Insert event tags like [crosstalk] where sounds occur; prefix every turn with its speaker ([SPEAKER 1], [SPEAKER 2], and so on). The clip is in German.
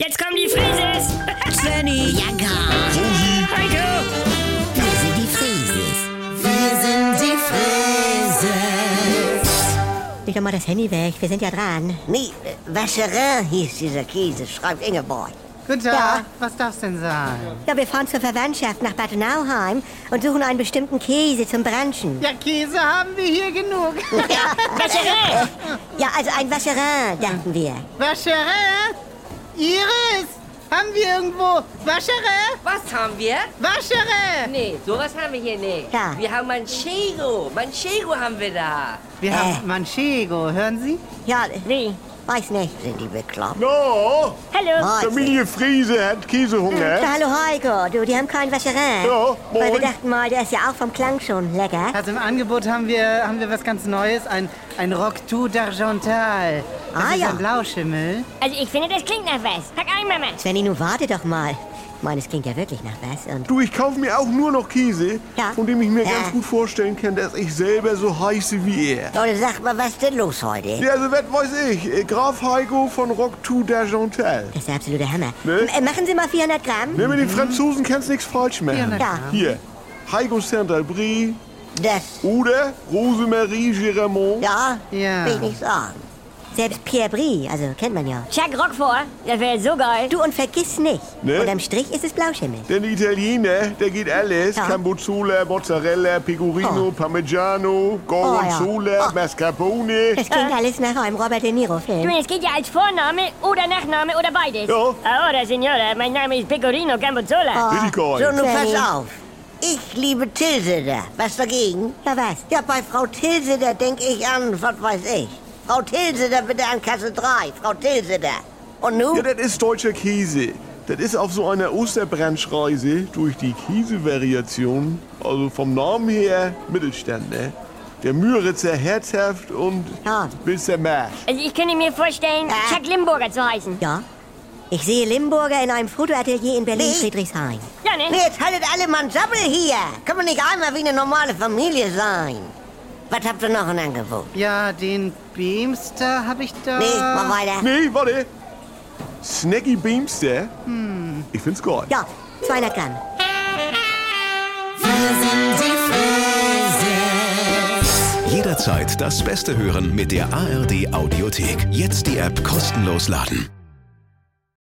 [SPEAKER 1] Jetzt kommen die Frieses!
[SPEAKER 2] Svenny,
[SPEAKER 3] Ja, gar.
[SPEAKER 1] Heiko!
[SPEAKER 3] Wir sind die Frieses. Wir sind die Frieses.
[SPEAKER 2] leg doch mal das Handy weg, wir sind ja dran.
[SPEAKER 3] Nee, äh, Vacherin hieß dieser Käse, schreibt Ingeborg.
[SPEAKER 4] Guten Tag,
[SPEAKER 2] Ja.
[SPEAKER 4] was darf's denn sein?
[SPEAKER 2] Ja, wir fahren zur Verwandtschaft nach Bad Nauheim und suchen einen bestimmten Käse
[SPEAKER 3] [laughs]
[SPEAKER 2] zum Branchen.
[SPEAKER 4] Ja, Käse haben wir hier
[SPEAKER 2] [laughs]
[SPEAKER 4] genug.
[SPEAKER 1] Vacherin!
[SPEAKER 2] Ja, also ein Vacherin, dachten wir.
[SPEAKER 4] Waschere? Iris? Haben wir irgendwo Waschere?
[SPEAKER 5] Was haben wir?
[SPEAKER 4] Waschere?
[SPEAKER 5] Nee, sowas haben wir hier nicht.
[SPEAKER 2] Ja.
[SPEAKER 5] Wir haben Manchego. Manchego haben wir da.
[SPEAKER 4] Wir
[SPEAKER 2] Äh.
[SPEAKER 4] haben Manchego, hören Sie?
[SPEAKER 2] Ja, wie? Weiß nicht.
[SPEAKER 3] Sind die bekloppt?
[SPEAKER 6] Na,
[SPEAKER 1] Hallo!
[SPEAKER 2] Weiß nicht.
[SPEAKER 6] Familie Friese hat
[SPEAKER 2] ne? Ja,
[SPEAKER 6] Käsehunger.
[SPEAKER 2] hallo Heiko, du, die haben keinen Vacherin.
[SPEAKER 6] Ja,
[SPEAKER 2] Weil wir
[SPEAKER 6] moin.
[SPEAKER 2] dachten mal, der ist ja auch vom Klang schon lecker.
[SPEAKER 4] Also im Angebot haben wir, haben wir was ganz Neues, ein, ein Roctou d'Argental. Das
[SPEAKER 2] Ah,
[SPEAKER 4] ist
[SPEAKER 2] ja.
[SPEAKER 4] ein Blauschimmel.
[SPEAKER 1] Also ich finde, das klingt nach was. Hack ein, Mama!
[SPEAKER 2] Svenny, nun warte doch mal. Ich meine, es klingt ja wirklich nach was. Und
[SPEAKER 6] Du, ich kaufe mir auch nur noch Käse,
[SPEAKER 2] Ja.
[SPEAKER 6] von dem ich mir
[SPEAKER 2] Ja.
[SPEAKER 6] ganz gut vorstellen kann, dass ich selber so heiße wie er.
[SPEAKER 3] Leute, sag mal, was ist denn los heute?
[SPEAKER 6] Ja, also, was weiß ich? äh, Graf Heiko von Rock to d'Argental.
[SPEAKER 2] das ist der absolute Hammer.
[SPEAKER 6] Ne?
[SPEAKER 2] M- äh, Machen Sie mal 400 Gramm.
[SPEAKER 6] Ne, mit den Franzosen kannst nichts falsch machen.
[SPEAKER 2] Ja.
[SPEAKER 6] Hier, Heiko Saint-Albrie
[SPEAKER 3] Das,
[SPEAKER 6] oder Rosemarie Giraumont.
[SPEAKER 3] ja,
[SPEAKER 4] Ja.
[SPEAKER 3] will ich nicht sagen.
[SPEAKER 2] Selbst Pierre Brie, also kennt man ja.
[SPEAKER 1] Chuck Rock vor, das wäre so geil.
[SPEAKER 2] Du und vergiss nicht.
[SPEAKER 6] Ne?
[SPEAKER 2] Unterm Strich ist es Blauschimmel.
[SPEAKER 6] Denn die Italiener, der geht alles.
[SPEAKER 2] Ja. Oh.
[SPEAKER 6] Cambuzola, Mozzarella, Pecorino, Parmigiano, Gorgonzola, Mascarpone.
[SPEAKER 2] Das klingt alles nach einem Robert De
[SPEAKER 1] Du,
[SPEAKER 2] Niro-Film.
[SPEAKER 1] es geht ja als Vorname oder Nachname oder beides.
[SPEAKER 6] Ja.
[SPEAKER 1] Ah, Oder, Signora, mein Name ist Pecorino
[SPEAKER 2] Ah.
[SPEAKER 1] Gambozola.
[SPEAKER 6] Richtig geil.
[SPEAKER 3] So, nun
[SPEAKER 2] Oh, Svenny.
[SPEAKER 3] pass auf. Ich liebe Tilse da. Was dagegen?
[SPEAKER 2] Ja, was?
[SPEAKER 3] Ja, bei Frau Tilse da denk ich an, was weiß ich. Frau Tilse da bitte an Kasse 3. Frau Tilse da. Und nun?
[SPEAKER 6] Ja, das ist deutscher Käse. Das ist auf so einer Osterbrunchreise durch die Käsevariation, also vom Namen her Mittelstand, ne? Der Müritzer herzhaft und
[SPEAKER 2] Ja.
[SPEAKER 6] Wilster Marsch.
[SPEAKER 1] Also ich könnte mir vorstellen, Chuck Limburger zu heißen.
[SPEAKER 2] Ja? Ich sehe Limburger in einem Fotoatelier in
[SPEAKER 3] Nee.
[SPEAKER 2] Berlin-Friedrichshain.
[SPEAKER 1] Ja, ne?
[SPEAKER 3] Nee, jetzt haltet alle Mann Sabbel hier. Können wir nicht einmal wie eine normale Familie sein? Was habt ihr noch in Angebot?
[SPEAKER 4] Ja, den Beamster habe ich da.
[SPEAKER 2] Äh.
[SPEAKER 3] Nee, mal weiter.
[SPEAKER 6] Nee, warte. Snacky Beamster? Ich find's geil.
[SPEAKER 2] Hm. Ja, 200 Gramm.
[SPEAKER 7] Jederzeit das Beste hören mit der ARD Audiothek. Jetzt die App kostenlos laden.